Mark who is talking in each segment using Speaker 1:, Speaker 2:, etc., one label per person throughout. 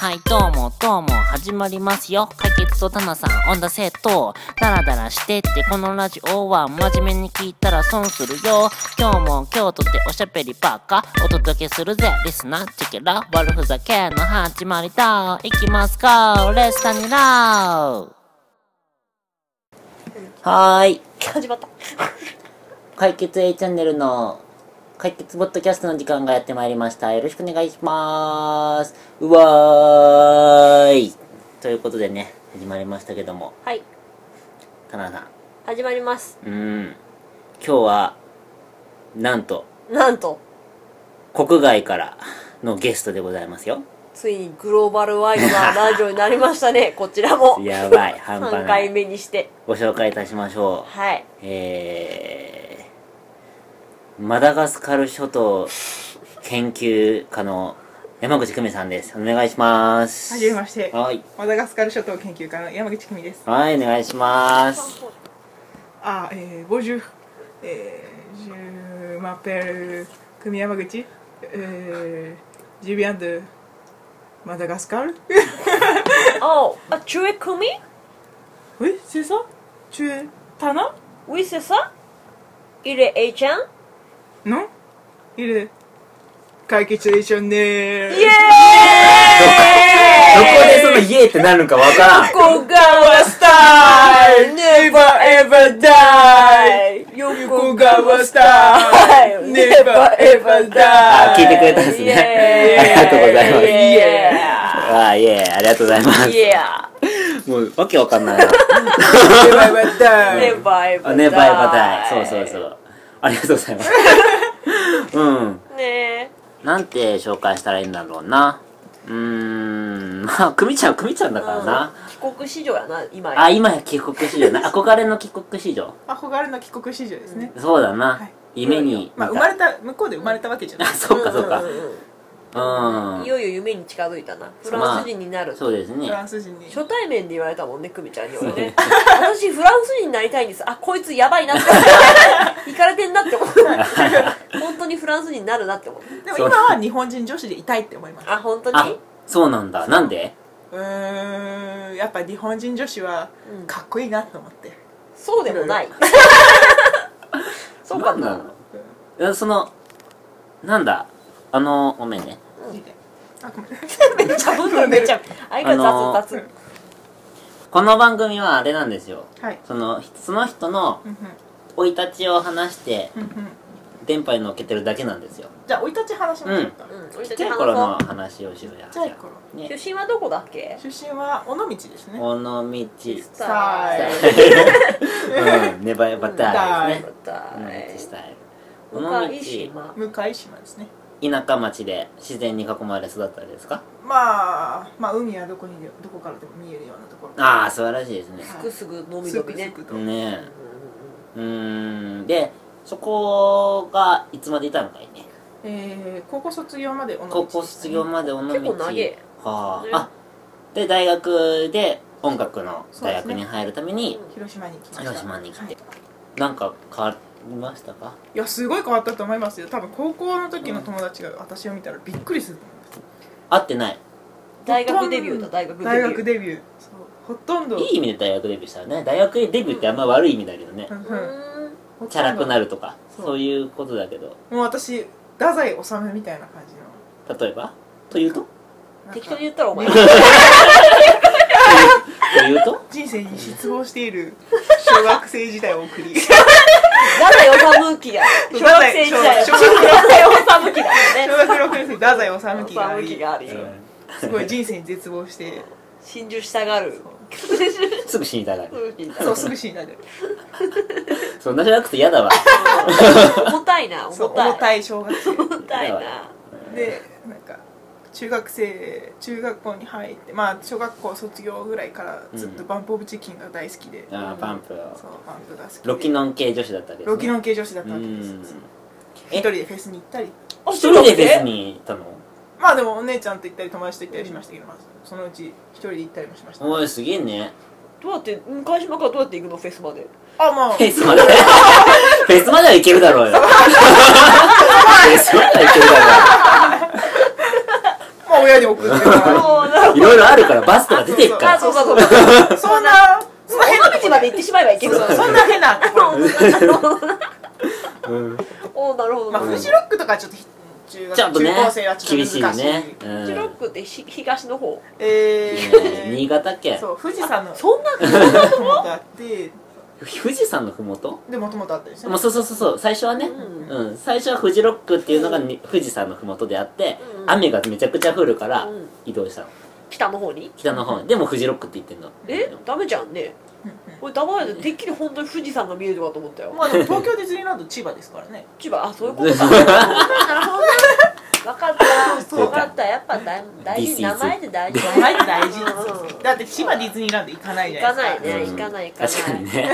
Speaker 1: はいどうもどうも始まりますよ解決とタナさんオンダセットダラダラしてってこのラジオは真面目に聞いたら損するよ今日も今日とっておしゃべりばっかお届けするぜリスナーチェケラ悪ふざけの始まりだいきますかレスタニラはーい
Speaker 2: 始まった。
Speaker 1: 解決 A チャンネルの解決ボットキャストの時間がやってまいりました。よろしくお願いします。うわーい。ということでね、始まりましたけども、
Speaker 2: はい、
Speaker 1: カナさ
Speaker 2: 始まります。
Speaker 1: ん。うーん。今日は、なんと、
Speaker 2: なんと、
Speaker 1: 国外からのゲストでございますよ。
Speaker 2: ついにグローバルワイドなラジオになりまし たね。こちらも。
Speaker 1: やば い半端ない
Speaker 2: 3回目にして。
Speaker 1: ご紹介いたしましょう。
Speaker 2: はい。
Speaker 1: えー、マダガスカル諸島研究家の山口久美さんです。お願いします。
Speaker 3: はじめまして
Speaker 1: はい。
Speaker 3: マダガスカル諸島研究家の山口久美です。
Speaker 1: はい、お願いします。
Speaker 3: あ、えー、ボジュ、えー、ジュマペル、久美山口、えー、ジュビアンドゥ、マダガスカル
Speaker 2: Oh, a tu es commis?
Speaker 3: え、c'est ça Tu es Tana
Speaker 2: Oui, c'est ça? Il est Achan?
Speaker 3: Non Il est... 解決でしょねー。
Speaker 2: イエ
Speaker 1: どこで
Speaker 2: ーイ
Speaker 1: そのイエーってなるのかわからん。
Speaker 2: ここが
Speaker 3: スタイル Never ever die
Speaker 2: 横
Speaker 3: 横川スタイル Never ever die
Speaker 1: あ、聞いてくれたんです
Speaker 2: イ
Speaker 1: ね。
Speaker 2: エーイ
Speaker 1: ありがとうございます。
Speaker 2: イエ
Speaker 1: あー、イエーイ、ありがとうございま
Speaker 2: ーイイエー
Speaker 1: す。もう、わけわかんないな。
Speaker 3: Never ever
Speaker 2: イ
Speaker 3: die
Speaker 2: ネバイバ
Speaker 1: あ
Speaker 2: イ
Speaker 1: ね、バイバダイ。そうそうそう。ありがとうございます。うん。
Speaker 2: うねえ
Speaker 1: なんて紹介したらいいんだろうな。うーん、まあ、久美ちゃんは久美ちゃんだからな。
Speaker 2: うん帰国子女やな今や
Speaker 1: あ、今や帰国子女な。憧れの帰国子女。
Speaker 3: 憧れの帰国子女ですね。
Speaker 1: そうだな。
Speaker 3: はい
Speaker 1: 夢に。
Speaker 3: まあ、生まれた、向こうで生まれたわけじゃない
Speaker 1: あ、。 そうかそうか。
Speaker 2: んんう
Speaker 1: うん。
Speaker 2: んいよいよ夢に近づいたなフランス人になる、
Speaker 1: そうですね
Speaker 3: フ。ランス人に。
Speaker 2: 初対面で言われたもんね久美ちゃんにはね私フランス人になりたいんですあこいつやばい なっていかれてんなって思う本当にフランス人になるなって思う
Speaker 3: でも今は日本人女子でいたいって思います。
Speaker 2: あ本当
Speaker 1: あ
Speaker 2: に、
Speaker 1: そうなんだ。なんで
Speaker 3: うーん、やっぱ日本人女子は
Speaker 2: うん
Speaker 3: かっこいいなと思って。
Speaker 2: そうでもないそうか
Speaker 1: なん
Speaker 2: な
Speaker 1: だろうえそのなんだあのごめんね
Speaker 3: あ、ごめん。
Speaker 2: めちゃぶんだめちゃ相変わらず雑雑、
Speaker 1: この番組はあれなんですよ
Speaker 3: はい。
Speaker 1: そのひその人の
Speaker 3: うん
Speaker 1: 生い立ちを話して
Speaker 3: うんうんうん
Speaker 1: 電波に乗っけてるだけなんですよ
Speaker 3: じゃあ、生い立ち話しましょうか。
Speaker 2: うん俺
Speaker 1: ち
Speaker 2: た
Speaker 1: っち
Speaker 2: ち
Speaker 1: ゃい
Speaker 2: 話
Speaker 1: 頃の
Speaker 2: そ
Speaker 1: 話をしようや
Speaker 3: ちっちゃ
Speaker 1: じ
Speaker 3: い頃
Speaker 1: ゃあ
Speaker 2: う
Speaker 1: ね
Speaker 2: 出身はどこだっけ
Speaker 3: 出身は尾道ですね。
Speaker 1: 尾道
Speaker 2: ス
Speaker 3: タ
Speaker 2: タイ
Speaker 3: イ
Speaker 2: ル
Speaker 1: うんネバネバタイルですね
Speaker 2: タイ
Speaker 1: うんスタイル
Speaker 2: ル
Speaker 1: 尾
Speaker 2: 向島
Speaker 3: 向島ですね。
Speaker 1: 道田舎町で自然に囲まれ育ったんですか
Speaker 3: まあ、まあ、海はどこにで、どこからでも見えるようなところ。
Speaker 1: ああ素晴らしいですね
Speaker 2: すぐすぐ伸び
Speaker 3: す
Speaker 2: 伸
Speaker 3: ぐ
Speaker 2: びね
Speaker 3: すぐと。
Speaker 1: ねえ
Speaker 2: うんうんうん
Speaker 1: うーんでそこがいつまでいたのかいね
Speaker 3: えー、高校卒業まで尾道ですね
Speaker 1: 高校卒業まで尾道
Speaker 2: 結構長え
Speaker 1: はあ,、
Speaker 2: ね
Speaker 1: あで大学で音楽の大
Speaker 3: そ
Speaker 1: 学
Speaker 3: うです
Speaker 1: に
Speaker 3: ね
Speaker 1: 入るために、
Speaker 3: 広島に来ました。
Speaker 1: 広島に来て、
Speaker 3: はい
Speaker 1: なんか変わりましたか
Speaker 3: いやすごい変わったと思いますよ多分高校の時の友達が私を見たらびっくりすると思います
Speaker 1: 会ってない
Speaker 2: 大学デビューだ大学デビュー
Speaker 3: 大学デビューそうほとんど
Speaker 1: いい意味で大学デビューしたよね大学デビューってあんま悪い意味だけどね、
Speaker 3: うんうん
Speaker 2: うーん
Speaker 3: ほとんど
Speaker 1: チャラくなるとか
Speaker 3: そう
Speaker 1: そういうことだけど
Speaker 3: もう私太宰治みたいな感じの
Speaker 1: 例えばというとと
Speaker 3: なんか
Speaker 2: 適当に言ったら お前
Speaker 1: いうと
Speaker 3: 人生に失望して いる小学生時代を送り
Speaker 2: だだよさむきだ 小学生時代だ
Speaker 3: 小
Speaker 2: だ
Speaker 3: 学生
Speaker 2: だよさむきだ
Speaker 3: 小
Speaker 2: よね
Speaker 3: 学6年生太宰治期があ
Speaker 2: さむき
Speaker 3: り
Speaker 2: がある
Speaker 1: う
Speaker 2: よ
Speaker 1: ん
Speaker 3: すごい人生に絶望して
Speaker 2: 真珠したがる
Speaker 1: すぐ死にたがる
Speaker 3: そうすぐ死になる
Speaker 1: そんなじゃなくて嫌だわ
Speaker 2: 重たい な
Speaker 3: そ
Speaker 2: 重
Speaker 3: う重
Speaker 2: たい
Speaker 3: たい小学生
Speaker 2: 重たいな
Speaker 3: でなんか中学生中学校に入ってまあ小学校卒業ぐらいからずっとバンプ・オブ・チキンが大好きで、
Speaker 1: あーパンプ
Speaker 3: そうバンプが好きで
Speaker 1: ロキノン系女子だったわけです、ね、
Speaker 3: ロキノン系女子だったわけです
Speaker 1: うんえ
Speaker 3: 一人でフェスに行ったり
Speaker 1: 一人で別に行ったの
Speaker 3: まあでもお姉ちゃんと行ったり友達と行ったりしましたけど、まあそのうち一人で行ったりもしました
Speaker 1: おいすげえね
Speaker 2: どうやって向島からどうやって行くのフェスまで
Speaker 3: あまあ
Speaker 1: フェスまでフェスまではいけるだろうよフェスまではいけるだろう
Speaker 3: まあ親に送ってもら
Speaker 1: い
Speaker 4: があるからバスとか出ていくから
Speaker 2: あ、そうそうそうそう。
Speaker 3: そんなそんな変な
Speaker 2: 尾道まで行ってしまえばいける。
Speaker 3: そうそんな変なところ
Speaker 4: うん
Speaker 2: おおなるほど。
Speaker 3: まあフジロックとかちょっとひ中学
Speaker 4: ちょっと
Speaker 3: 中
Speaker 4: ね
Speaker 3: 高生はちょっ
Speaker 4: 厳
Speaker 3: と
Speaker 4: しい
Speaker 3: 難
Speaker 4: よ
Speaker 3: しい
Speaker 4: ね、う
Speaker 2: フジロッ
Speaker 4: ん、
Speaker 2: クってひ東の方。
Speaker 3: え
Speaker 4: 新
Speaker 3: ー、
Speaker 4: 潟県
Speaker 3: そう富士山の
Speaker 2: そんな
Speaker 3: ふもとあって
Speaker 4: 富士山のふもと
Speaker 3: でもともとあったりして
Speaker 4: もうそうそうそうそう最初はね、
Speaker 2: うん
Speaker 4: うん最初はフジロックっていうのがに富士山のふもとであって、
Speaker 2: うん
Speaker 4: 雨がめちゃくちゃ降るから
Speaker 2: うん
Speaker 4: 移動したの
Speaker 2: 北の方に。
Speaker 4: 北の方にでもフジロックって言ってんの
Speaker 2: え、ダメじゃんね。俺黙られててっきり本当に富士山が見えるのかと思ったよ。
Speaker 3: まあでも東京ディズニーランド千葉ですからね
Speaker 2: 千葉、あ、そういうことか。なるほど。分かった。
Speaker 4: う
Speaker 2: 分かった。やっぱ大大
Speaker 4: This is-
Speaker 2: 事。名前って大事だよ。
Speaker 3: 大事大 事
Speaker 2: うん
Speaker 3: だって千葉ディズニーランド行かないじ
Speaker 2: 行
Speaker 3: ゃな
Speaker 2: か
Speaker 3: いですか
Speaker 2: ないね。行かない行か
Speaker 4: 確か
Speaker 2: な
Speaker 4: に
Speaker 2: い。
Speaker 4: ね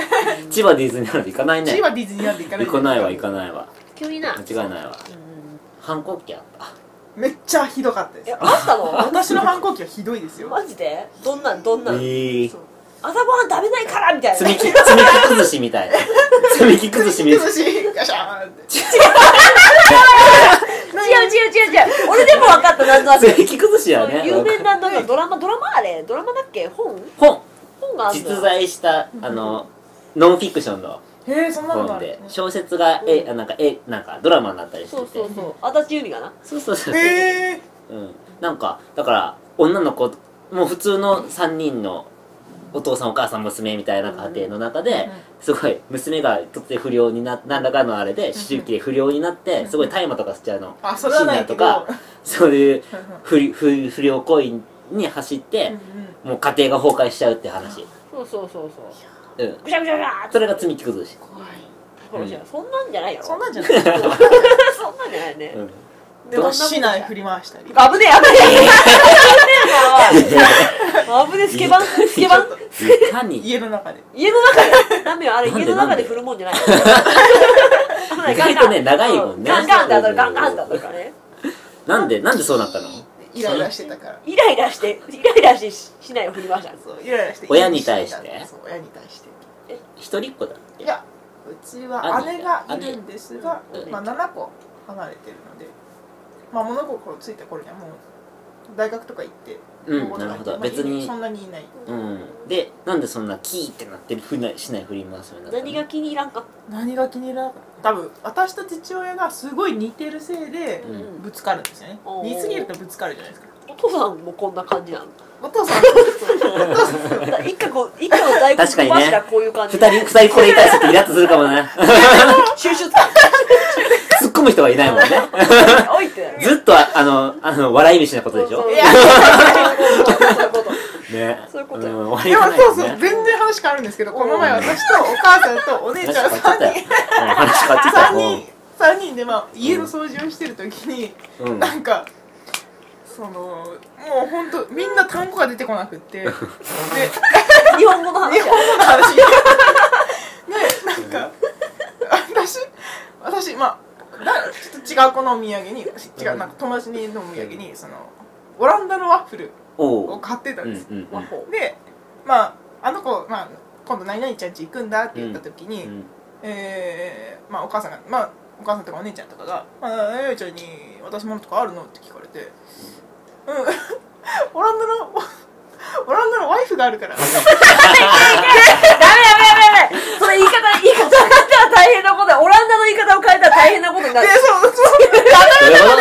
Speaker 4: 千葉ディズニーランド行かないね
Speaker 3: 千葉ディズニーランド行かない
Speaker 4: 行かないわ行か
Speaker 3: い
Speaker 4: ないわ
Speaker 2: 急にな。
Speaker 4: 間違いないわ
Speaker 2: うん
Speaker 4: 反抗期あった
Speaker 3: めっちゃひどかったです
Speaker 2: え、あった の？
Speaker 3: 私の反抗期はひどいですよ
Speaker 2: マジで？どんなんどん
Speaker 4: え
Speaker 2: なん。
Speaker 4: ー
Speaker 2: そう朝ごはん食べないからみたいな。
Speaker 4: 積み 木積み木崩しみたいな積み木崩しみたい
Speaker 3: 崩しガシャーンって
Speaker 2: 違う違う違う違う俺でも分かったなんとなく
Speaker 4: 積み木崩しやね
Speaker 2: 有名ななんかドラマドラマあれドラマだっけ本
Speaker 4: 本
Speaker 2: 本があるの
Speaker 4: 実在したあのノンフィクションの
Speaker 3: へえそんなのが
Speaker 4: 本
Speaker 3: ある
Speaker 4: で小説がえなんかえなんかドラマになったりして
Speaker 2: そう
Speaker 4: て
Speaker 2: そうそう足立由美がな
Speaker 4: そうそうそう
Speaker 3: へえ
Speaker 4: うんなんかだから女の子もう普通の3人のお父さんお母さん娘みたいな家庭の中で、すごい娘が突然不良にな何らかのあれで思春期で不良になってすごい大麻とか吸っちゃうの
Speaker 3: あそれはないけ
Speaker 4: 深夜
Speaker 3: ど
Speaker 4: とかそうい
Speaker 3: う
Speaker 4: う
Speaker 3: ん
Speaker 4: 不不不良行為に走って
Speaker 3: うんうん
Speaker 4: もう家庭が崩壊しちゃうって話
Speaker 2: そうそうそうそう
Speaker 4: うん
Speaker 2: ぐしゃぐしゃぐしゃ
Speaker 4: それが積み木崩し
Speaker 2: 怖い殺しちゃうそんなんじゃないよ
Speaker 3: そんなんじゃ ない
Speaker 2: そんなんじゃないね
Speaker 4: うん
Speaker 3: でも市内振り回したり
Speaker 2: 危ねえ危ねえ危ねえな危ねえスケバンスケバン
Speaker 4: いかに
Speaker 3: 家の中で
Speaker 2: 家の中でダメよあれ
Speaker 4: なんで
Speaker 2: 家の中で振るもんじゃない
Speaker 4: 意外とね長いもんね
Speaker 2: ガンガンって当たるガンガンって当たるからね
Speaker 4: なんでなんでそうなったの
Speaker 3: イライラしてたから
Speaker 2: イライラしてイライラしてししないを振りました
Speaker 3: そうイライラして
Speaker 4: 親に対して
Speaker 3: そう親に対して
Speaker 4: 一人っ子だっけ
Speaker 3: いやうちは姉がいるんですが、まあ、7個離れてるので、まあ、物心ついた頃にはもう大学とか行って
Speaker 4: うんなるほど別に
Speaker 3: そんなにいない
Speaker 4: うんでなんでそんなキーってなってるふなしない振り回すようになったの
Speaker 2: 何が気に入らんか
Speaker 3: 何が気に入らなかった多分私と父親がすごい似てるせいで
Speaker 4: うん
Speaker 3: ぶつかるんですよね
Speaker 2: おー
Speaker 3: 似すぎるとぶつかるじゃないですか
Speaker 2: お父さんもこんな感じなの
Speaker 3: お父さん
Speaker 2: だ一家こう一家の大
Speaker 4: 確か
Speaker 2: 黒
Speaker 4: にね
Speaker 2: 柱こういう感じ
Speaker 4: 二人二人これに対してイラッとするかもね
Speaker 2: 収集つ
Speaker 4: 突っ込む人はいないもんね
Speaker 2: おいってなる
Speaker 4: ずっとああのあの笑い飯なことでし
Speaker 2: そう
Speaker 4: ょ
Speaker 2: そう
Speaker 3: いや
Speaker 2: そういうことそういうこと
Speaker 4: ね
Speaker 2: そういうことよ
Speaker 4: ん笑
Speaker 3: で
Speaker 4: い
Speaker 3: も
Speaker 4: がない
Speaker 3: そう
Speaker 4: よね
Speaker 3: そう全然話変わるんですけどこの前私とお母さんとお姉ちゃん
Speaker 4: 話変わっち
Speaker 3: 3
Speaker 4: ゃったよ
Speaker 3: 人
Speaker 4: うん話変わっちゃった
Speaker 3: 3
Speaker 4: よ
Speaker 3: 人三人で、まあ、家の掃除をしてる時に、
Speaker 4: うんうん
Speaker 3: なんかそのもう本当みんな単語が出てこなく ってで
Speaker 2: 日本語の話や
Speaker 3: 日本語の話でなんか私私まあだちょっと違う子のお土産に違うなんか友達のお土産にそのオランダのワッフル
Speaker 4: お
Speaker 3: を
Speaker 4: う
Speaker 3: 買ってた
Speaker 4: うんん
Speaker 3: です、
Speaker 4: うん
Speaker 2: 魔法
Speaker 3: でまああの子、まあ、今度何々ちゃん家行くんだって言った時に、
Speaker 4: うん
Speaker 3: えーまあ、お母さんが、まあ、お母さんとかお姉ちゃんとかが「ああやちゃんに渡すものとかあるの?」って聞かれて「うん オランダのオランダのワイフがある から」
Speaker 2: ダメダメダメダメそれ言い方言い方変えたら大変なことだオランダの言い方を変えたら大変なことにな
Speaker 3: で
Speaker 2: る
Speaker 3: そうそう
Speaker 4: ど ういうこと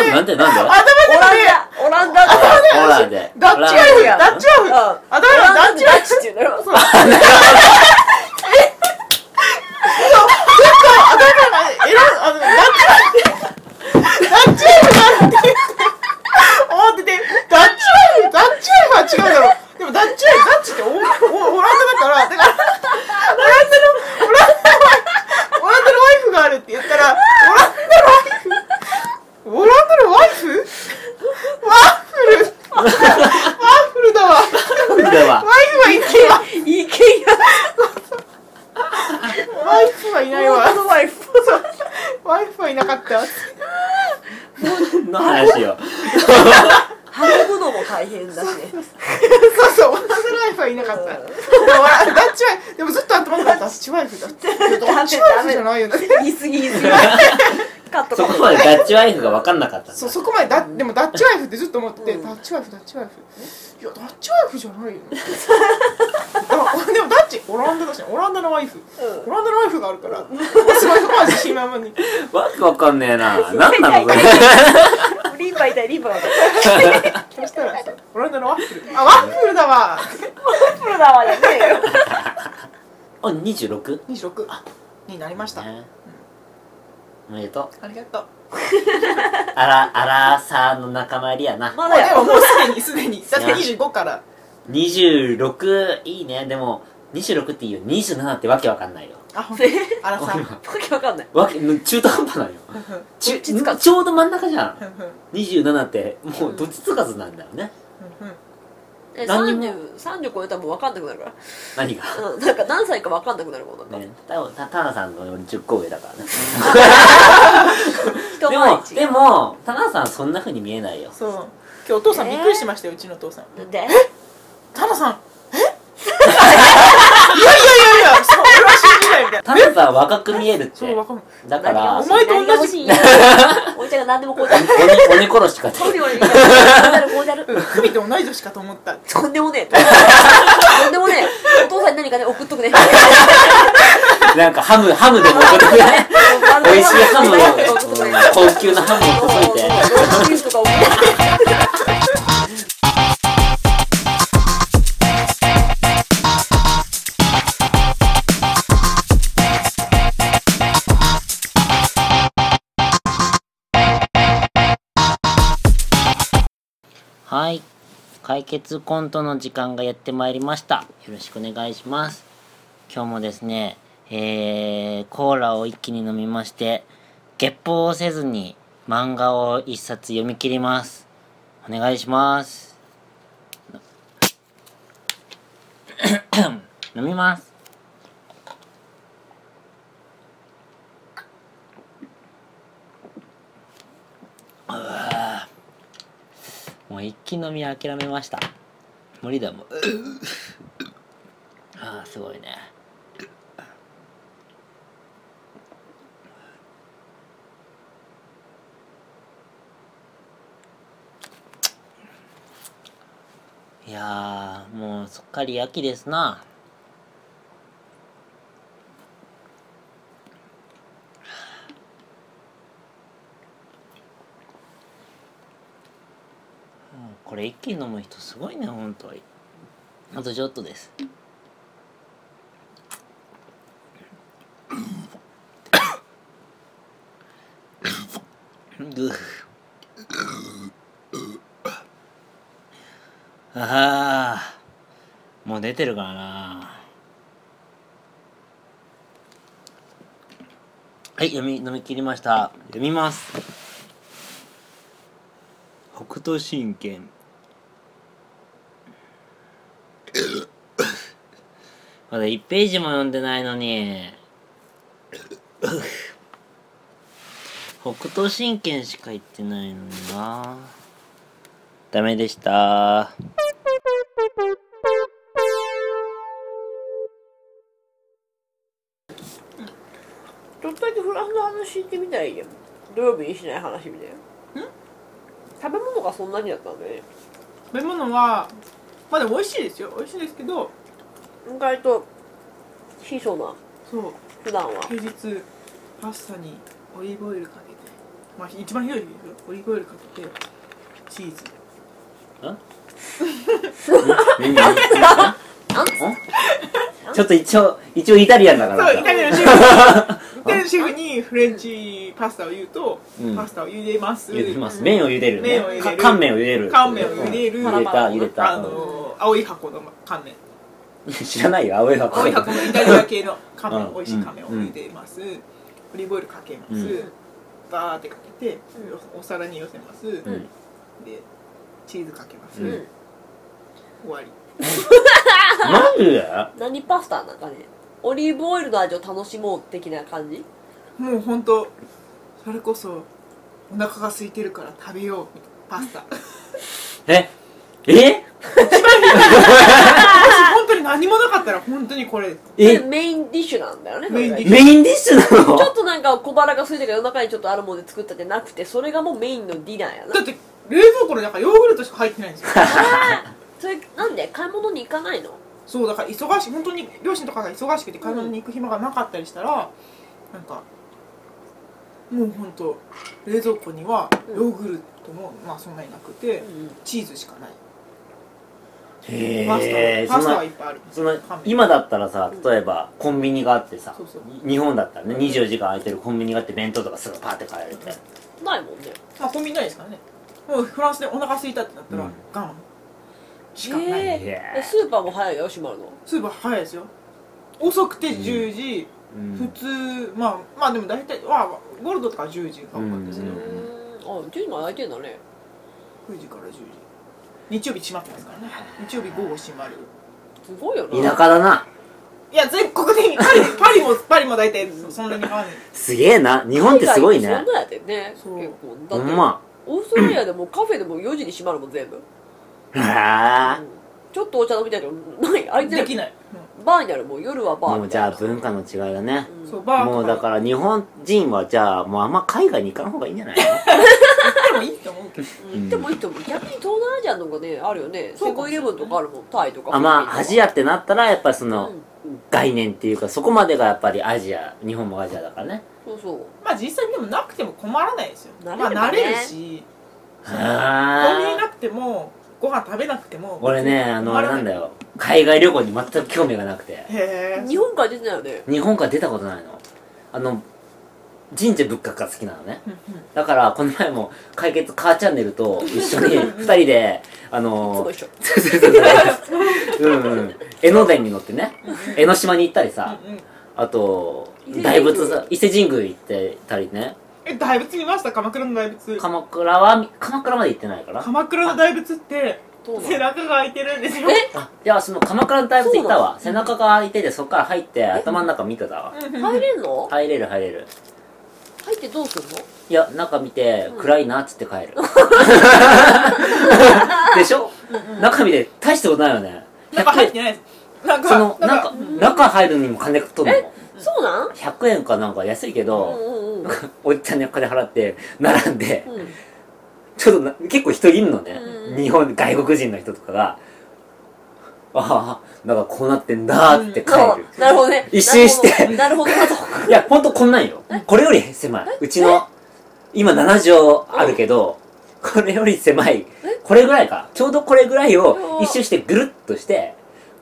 Speaker 4: なんでなんで
Speaker 3: 頭
Speaker 2: オ
Speaker 3: の中で
Speaker 2: ランダオランダって
Speaker 4: ほらで
Speaker 3: ダッチワイフダッチ
Speaker 2: うん
Speaker 3: ワイフあダメだダッチワイフ
Speaker 2: チって言うんだよそう
Speaker 3: あだからえらあのダッチワイフダッチワイフなんて思っててダッチワイフダッチワイフは違うだろうでもダッチワイフダッチってオオオランダだからだからオランダのオランダのオランダのワイフがあるって言ったらオランダのワイフオランダのワイフワッフルワッフルだわワイ
Speaker 4: なんでは
Speaker 3: フはいないわ
Speaker 2: いけいや
Speaker 3: ワイフはいないわ
Speaker 2: オランダのワイフ
Speaker 3: ワイフはいなかった
Speaker 4: の話よ
Speaker 2: 運ぶのも大変だしね
Speaker 3: そうそう、女のライフはいな かった。でも、ダッチワイフ、でもずっと頭の中でダッチワイフだって。ダッチワイフじゃないよね。
Speaker 2: 言い過ぎ言い過ぎカット
Speaker 4: そ
Speaker 2: カ
Speaker 4: こ
Speaker 2: ッ
Speaker 4: までダッチワイフが分かんなかったんだ
Speaker 3: そそこまでだでもダッチワイフってずっと思ってて、
Speaker 2: うん
Speaker 3: ダッチワイフダッチワイフいやダッチワイフじゃ ないよあでもダッチオランダだしオランダのワイフ
Speaker 2: トうん
Speaker 3: オランダのワイフがあるからすごいそこまで自信満々に
Speaker 4: わけわかんねえななんなのこれ
Speaker 2: リンパ痛いリンパ痛い
Speaker 3: そしたらさオランダのワッフルあワッフルだわ
Speaker 2: プロだわじゃねえよ
Speaker 4: あ 26?
Speaker 3: 26になりました、
Speaker 4: ねおめでとう
Speaker 3: ありがとう
Speaker 4: あらあらさの仲間入りやな
Speaker 2: ま
Speaker 3: ま
Speaker 2: だ
Speaker 3: あで
Speaker 2: よ
Speaker 3: ももうす でにすでにだって25から
Speaker 4: 26いいねでも26っていいよ27ってわけわかんないよ
Speaker 3: あほんと
Speaker 2: で
Speaker 3: あらさ ん
Speaker 2: わけわかんない
Speaker 4: わけ中途半端なんよちゅ
Speaker 2: どっちつかず
Speaker 4: ちょうど真ん中じゃん
Speaker 3: ふんふん
Speaker 4: 27ってもうどっちつかずなんだよね
Speaker 3: ふんふん
Speaker 2: え
Speaker 4: 何に
Speaker 2: 30 30超えたらもうわかんなくなるか
Speaker 4: 何が
Speaker 2: ら、うん、なんか何歳かわかんなくなるもんなんか、
Speaker 4: ねたたタナさんのより10個上だからね
Speaker 2: 人
Speaker 4: で
Speaker 2: 前
Speaker 4: も
Speaker 2: 一
Speaker 4: でもタナさんそんな風に見えないよ
Speaker 3: そう今日お父さんびっくりしましたよ、うちのお父さん
Speaker 2: なんで
Speaker 3: タナさん えいやいやいやいやそう俺は信じないみたいな
Speaker 4: タナさんは若く見えるって
Speaker 3: そうわかんない
Speaker 4: だか
Speaker 2: 何が
Speaker 4: ら
Speaker 2: 欲し
Speaker 3: お
Speaker 2: い
Speaker 3: 前と同じ
Speaker 2: 何が欲しいおいちゃんが何でもこうじゃる
Speaker 4: 鬼鬼 殺しか
Speaker 2: こうじゃるこうじゃる
Speaker 3: うんクミと同い年かと思った
Speaker 2: とんでもねえとんでもねえお父さんに何かね送っとくね
Speaker 4: なんかハムハムでも送ってくれ美味しいハムを
Speaker 2: 送っとくね
Speaker 4: うん高級なハムを注いで
Speaker 2: そうそうそうローストビーフとか送っとくね
Speaker 1: はい解決コントの時間がやってまいりましたよろしくお願いします今日もですねえー、コーラを一気に飲みまして月報をせずに漫画を一冊読み切りますお願いし ます 飲みますもう一気飲み諦めました無理だもんああすごいねいやーもうすっかり秋ですなもうこれ一気に飲む人すごいね本当にあとちょっとですぐああもう出てるからなはい読み飲み切りました読みます北斗神拳まだ1ページも読んでないのに 北斗神拳しか言ってないのになダメで した
Speaker 2: ちょっとだけフランスの話聞いてみたらいいよ土曜日にしない話みたいな食べ物がそんなにだったんでね
Speaker 3: 食べ物はまあでも美味しいですよ美味しいですけど
Speaker 2: 意外と質素な
Speaker 3: そう
Speaker 2: 普段は
Speaker 3: 平日パスタにオリーブオイルかけてまあ一番ひどい日ですよオリーブオイルかけてチーズ
Speaker 4: ちょっと一応一応イタリアンだから
Speaker 3: そうイタリアのシェフにイタリアのシェフにフレンチパスタを言うと、
Speaker 4: うん
Speaker 3: パスタを茹でます
Speaker 4: 茹でます麺を茹でるね
Speaker 3: 麺を茹でる
Speaker 4: か乾麺を茹でる
Speaker 3: 乾麺を茹でる
Speaker 4: うん茹でた茹でた
Speaker 3: あのー、青い箱の乾麺
Speaker 4: うん知らないよ青い箱
Speaker 3: 青い箱のイタリア系の乾
Speaker 4: う
Speaker 3: 麺
Speaker 4: ん
Speaker 3: 美味しい乾麺を茹でます、オリーブオイルかけます、
Speaker 4: うん
Speaker 3: バーってかけてお皿に寄せます、
Speaker 4: う
Speaker 3: で
Speaker 4: ん
Speaker 3: チーズかけます、
Speaker 4: う
Speaker 2: うん
Speaker 3: 終わり
Speaker 4: マジで
Speaker 2: 何パスタなんかねオリーブオイルの味を楽しもう的な感じ
Speaker 3: もうほんとそれこそお腹が空いてるから食べようみたいなパスタ
Speaker 4: ええ
Speaker 3: 私本当に何何もなかったら本当にこれ
Speaker 2: で
Speaker 4: え
Speaker 2: メインディッシュなんだよね
Speaker 3: メインディッシュ
Speaker 4: メインディッシュなの
Speaker 2: ちょっとなんか小腹が空いてから夜中にちょっとあるもので作ったじゃなくてそれがもうメインのディナーやな
Speaker 3: だって冷蔵庫の中ヨーグルトしか入って ないんですよ
Speaker 2: それなんで買い物に行かないの
Speaker 3: そうだから忙しい本当に両親とかが忙しくて買い物に行く暇がなかったりしたら、なんかもう本当冷蔵庫には
Speaker 2: うん
Speaker 3: ヨーグルトも、まあそんなになくて、
Speaker 2: うん
Speaker 3: チーズしかない
Speaker 4: へ
Speaker 3: パ
Speaker 4: え
Speaker 3: スタパ
Speaker 4: そん
Speaker 3: スタ
Speaker 4: な
Speaker 3: はいっぱいある
Speaker 4: その
Speaker 3: 乾麺
Speaker 4: 今だったらさ例えばコンビニがあってさ
Speaker 3: そうそう
Speaker 4: 日本だったらね24時間空いてるコンビニがあって弁当とかすぐパーって買えるみたいな
Speaker 2: ないもんね
Speaker 3: まあコンビニないですからねもうフランスでお腹空いたってなったら、
Speaker 4: うん
Speaker 3: ガンしかない、
Speaker 2: へ
Speaker 4: ね
Speaker 2: ええスーパーも早いよ閉まるの
Speaker 3: スーパー早いですよ遅くて10時、
Speaker 4: うん
Speaker 3: 普通まあまあでも大体はゴールドとか10時が多かったです
Speaker 2: う
Speaker 3: け
Speaker 2: ー
Speaker 3: ど、
Speaker 4: うん
Speaker 2: んあ10時まで空いてんだね
Speaker 3: 9時から10時日曜日閉まってますからね日曜日午後閉まる
Speaker 2: すごいよな
Speaker 4: 田舎だない
Speaker 3: や全国的にパ リパリもパリも大体そんなに変わんない
Speaker 4: すげえな日本ってすごい
Speaker 2: 海外
Speaker 4: ね
Speaker 2: ってそんなやでね結
Speaker 3: そう
Speaker 2: 構だ
Speaker 4: ほ
Speaker 2: って
Speaker 4: んま
Speaker 2: オーストラリアでもカフェでも4時に閉まるもん全部、
Speaker 4: へえ
Speaker 2: ちょっとお茶飲みたいけどない空いて
Speaker 3: でき
Speaker 2: ない
Speaker 3: ない、
Speaker 2: バーになるもう夜はバー
Speaker 4: もう
Speaker 2: み
Speaker 4: じ
Speaker 2: た
Speaker 4: ゃ
Speaker 2: い
Speaker 4: あ
Speaker 2: な
Speaker 4: 文化の違いだね
Speaker 3: うんんそうバー
Speaker 4: もうだから日本人はじゃあもうあんま海外に行かん方がいいんじゃないの
Speaker 3: らでもいいと思うけど
Speaker 2: 行ってもいいと思う逆に東南アジアの方がねあるよね
Speaker 3: そ
Speaker 2: セ
Speaker 3: う
Speaker 2: ブ
Speaker 3: かも
Speaker 2: ン
Speaker 3: し
Speaker 2: イレ
Speaker 3: れな
Speaker 2: ブ
Speaker 3: い
Speaker 2: ンとかあるもんタイとか
Speaker 4: あまあアジアってなったらやっぱそうの
Speaker 2: んうん
Speaker 4: 概念っていうかそこまでがやっぱりアジア日本もアジアだからね
Speaker 2: そうそう
Speaker 3: まあ実際にでもなくても困らないですよ
Speaker 2: 慣れれ
Speaker 3: ま
Speaker 2: ば
Speaker 3: あ
Speaker 2: ね
Speaker 3: 慣れるし
Speaker 4: へ
Speaker 3: コンビニ
Speaker 4: え
Speaker 3: なくてもご飯食べなくても
Speaker 4: 俺ねあの
Speaker 3: 困らい
Speaker 4: なんだよ海外旅行に全く興味がなくて
Speaker 3: へえ
Speaker 2: 日本から出てないよね
Speaker 4: 日本から出たことないのあの神社仏閣が好きなのねだからこの前も解決カーチャンネルと一緒 に二人であ
Speaker 2: いつ
Speaker 4: の
Speaker 2: も一緒
Speaker 4: そうそうそうそううんうん江ノ電に乗ってね江ノ島に行ったりさ
Speaker 3: うんうん
Speaker 4: あと
Speaker 2: 伊勢神宮
Speaker 4: 大仏さ伊勢神宮行ってたりね
Speaker 3: え大仏見ました鎌倉の大仏
Speaker 4: 鎌倉は鎌倉まで行ってないから
Speaker 3: 鎌倉の大仏って
Speaker 2: どうな
Speaker 3: 背
Speaker 2: の
Speaker 3: 中が開いてるんですよ
Speaker 2: え
Speaker 4: あじゃあその鎌倉の大仏行ったわ背中が開いててそっから入って頭の中見てたわ
Speaker 3: うんうん
Speaker 2: 入れんの
Speaker 4: 入れる入れる
Speaker 2: 入ってどうすんの
Speaker 4: いや中見て
Speaker 2: うん
Speaker 4: 暗いなっつって帰るでしょ中見て大したことないよね
Speaker 3: 中入っ
Speaker 4: 100
Speaker 3: てないですなんか
Speaker 4: そのなんか
Speaker 3: か
Speaker 4: 中入るのにも金取るの
Speaker 2: そうなん
Speaker 4: 100円かなんか安いけ
Speaker 2: うん
Speaker 4: ど、
Speaker 2: うんうんうん
Speaker 4: おっちゃんに金払って並んで、ちょっとな結構人いるのね、
Speaker 2: うん
Speaker 4: 日本外国人の人とかがああなんかこうなってんだーって帰る、
Speaker 2: なるほどね
Speaker 4: 一周して
Speaker 2: なるほ どなるほど
Speaker 4: いや、ほんとこんなんよ。これより狭い。うちの、今7畳あるけど、これより狭い。これぐらいか。ちょうどこれぐらいを
Speaker 2: うん
Speaker 4: 一周してぐるっとして、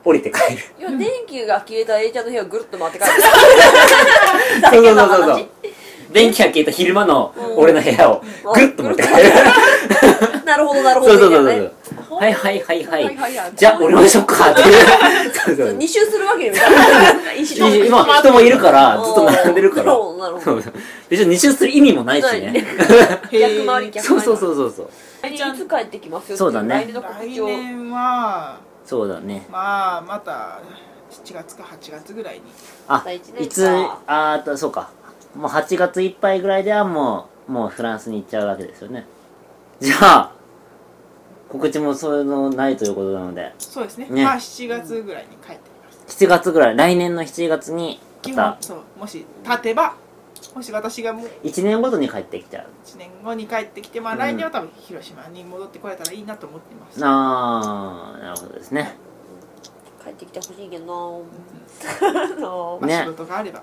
Speaker 4: 降りて帰る。
Speaker 2: いや、電気が消えた A ちゃんの部屋をぐるっと回って帰る。だけの
Speaker 4: そうそうそう
Speaker 2: 話
Speaker 4: そ。電気が消えた昼間の俺の部屋を
Speaker 2: うん
Speaker 4: ぐるっと持って帰る。
Speaker 2: なるほど、なるほ
Speaker 4: そ
Speaker 2: ど。
Speaker 4: うそうそう
Speaker 2: み
Speaker 4: そ。
Speaker 2: たいう
Speaker 4: はいはいはい
Speaker 2: はい
Speaker 4: は
Speaker 2: はい
Speaker 4: い
Speaker 2: はい。
Speaker 4: じゃあ降りましょうかっていう。そうそ
Speaker 2: な
Speaker 4: う
Speaker 2: ね。二周するわけにもいかない。一
Speaker 4: いいまあ人もいるから、ずっと並んでるから
Speaker 2: な。るほど、なるほ
Speaker 4: そ
Speaker 2: ど。
Speaker 4: うそう別に二周する意味もないしね。
Speaker 2: 逆回り、逆回り。
Speaker 4: そうそうそうそうそう。
Speaker 2: いつ帰ってきますよ。
Speaker 4: そうだね
Speaker 2: 来年の告
Speaker 3: 来
Speaker 2: 知を。
Speaker 3: 年は
Speaker 4: そうだね。
Speaker 3: まあまた7月か8月ぐらいに
Speaker 4: あ
Speaker 2: 第一年か
Speaker 4: いつあーとそうかもう8月いっぱいぐらいではもうもうフランスに行っちゃうわけですよねじゃあ告知もそういうのないということなので
Speaker 3: そうですね
Speaker 4: ね
Speaker 3: まあ7月ぐらいに帰ってきます
Speaker 4: 7月ぐらい来年の7月に
Speaker 3: 基
Speaker 4: ま
Speaker 3: 本
Speaker 4: た
Speaker 3: そうもし立てばもし私がもう
Speaker 4: 1年ごとに帰ってきちゃう
Speaker 3: 1年後に帰ってきてまあ
Speaker 4: うん
Speaker 3: 来年は多分広島に戻ってこれたらいいなと思ってます
Speaker 4: あーなるほどですね
Speaker 2: 帰ってきてほしい けどな。
Speaker 3: まあ
Speaker 4: ね
Speaker 3: 仕事があれば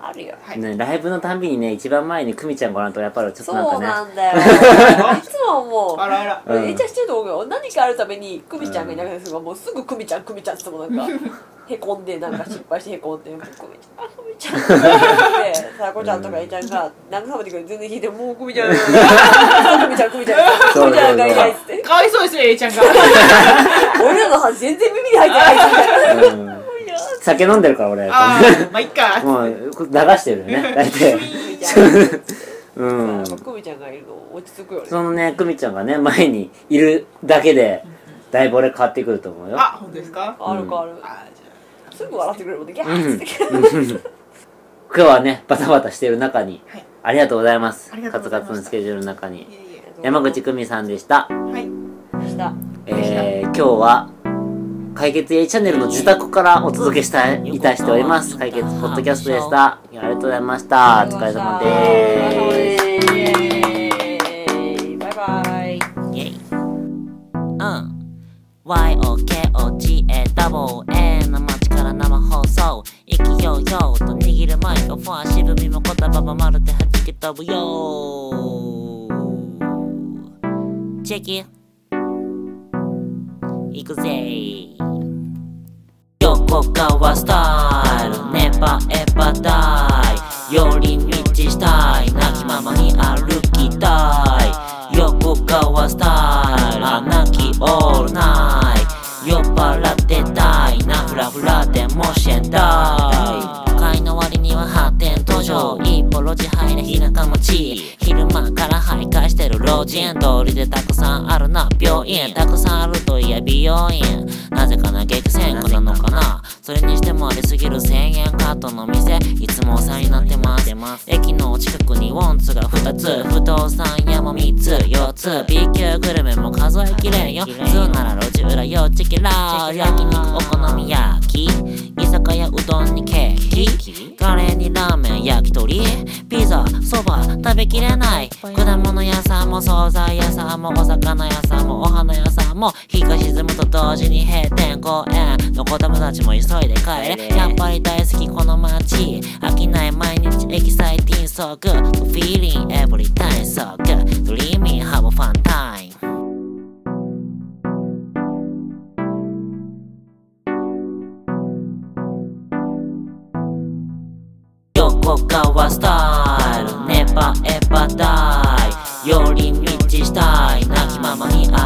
Speaker 2: あるよ。
Speaker 3: はい
Speaker 4: ねライブのたんびにね一番前に久美ちゃんご覧とやっぱりちょっと
Speaker 2: そう
Speaker 4: な
Speaker 2: なん
Speaker 4: かね
Speaker 2: んだよ。 いつももう。
Speaker 3: あらあら
Speaker 4: うん
Speaker 2: めっちゃしてると思うよ何かあるためにクミちゃんがいなくなるんですが、もうすぐクミちゃんクミちゃんってもう なんかへこんでなんか失敗してへこんでもうクミちゃんあクミちゃんってさあこちゃんとかえちゃんが慰めてくれて全然聞いてもうクミちゃんクミちゃんクミちゃんクミちゃんがいないっつって
Speaker 3: かわいそうですね A ちゃん が
Speaker 2: 俺らの話全然耳に入ってないっつって
Speaker 4: うん酒飲んでるから
Speaker 3: あ
Speaker 4: 俺
Speaker 3: あまあいっか
Speaker 4: もうこ流してるよね大体
Speaker 2: クミちゃん
Speaker 4: うん
Speaker 2: さあクミちゃんがいるの落ち着くよね
Speaker 4: そのね、くみちゃんがね、前にいるだけで、だいぶ俺変わってくると思うよ。
Speaker 3: あ本当ですか
Speaker 2: あるかある、
Speaker 3: あーじゃ
Speaker 2: すぐ笑ってくれるもんねギャ
Speaker 4: うん。う
Speaker 2: ー
Speaker 4: ん
Speaker 2: っつって、
Speaker 4: 今日はね、バタバタしてる中に、
Speaker 3: はい
Speaker 4: ありがとうございます。
Speaker 3: ありがと
Speaker 4: カ
Speaker 3: う
Speaker 4: ツ
Speaker 3: ござ
Speaker 4: カ
Speaker 3: いました
Speaker 4: ツのスケジュールの中に
Speaker 3: あい。えいえ
Speaker 4: 山口くみさんでした。
Speaker 3: はい
Speaker 2: 明日
Speaker 4: えー、今日は、解決 A チャンネルの自宅からお届けしたいいたしております解決ポッドキャストでしたありがとうございましたお疲れ様
Speaker 2: お疲
Speaker 4: で
Speaker 2: れ
Speaker 4: す
Speaker 2: 様ですイエーイバイバイ
Speaker 1: イェイうん YOKOGAWA 生力生放送意気揚々と握るマイクフォン足踏みもこたばばまるで弾け飛ぶよチェキ行くぜ横川スタイル Never ever die 寄り道したい泣きままに歩きたい横川スタイルあ泣きオールナイト酔っ払ってたいなフラフラでもしえたい都会の割には発展途上一歩路地入れ田舎町昼間から徘徊してる老人通りでたくさんあるな病院たくさんあるといえ美容院なぜかな激戦区なのかなそれにしてもありすぎる1000円カートの店いつもお世話になってます駅の近くにウォンツが2つ不動産屋も3つ4つ B 級グルメも数えきれんよ通なら路地裏よチキラー焼肉お好み焼き居酒屋うどんにケーキカレーにラーメン焼き鳥ピザそば食べきれない果物屋さんも惣菜屋さんもお魚屋さんもお花屋さんも日が沈むと同時に閉店公園の子供たちも急いで帰れやっぱり大好きこの街飽きない毎日エキサイティングソーグ Feeling every time so good Dreaming have a fun time Yokogawa style Never ever die 寄り道したい泣きままに歩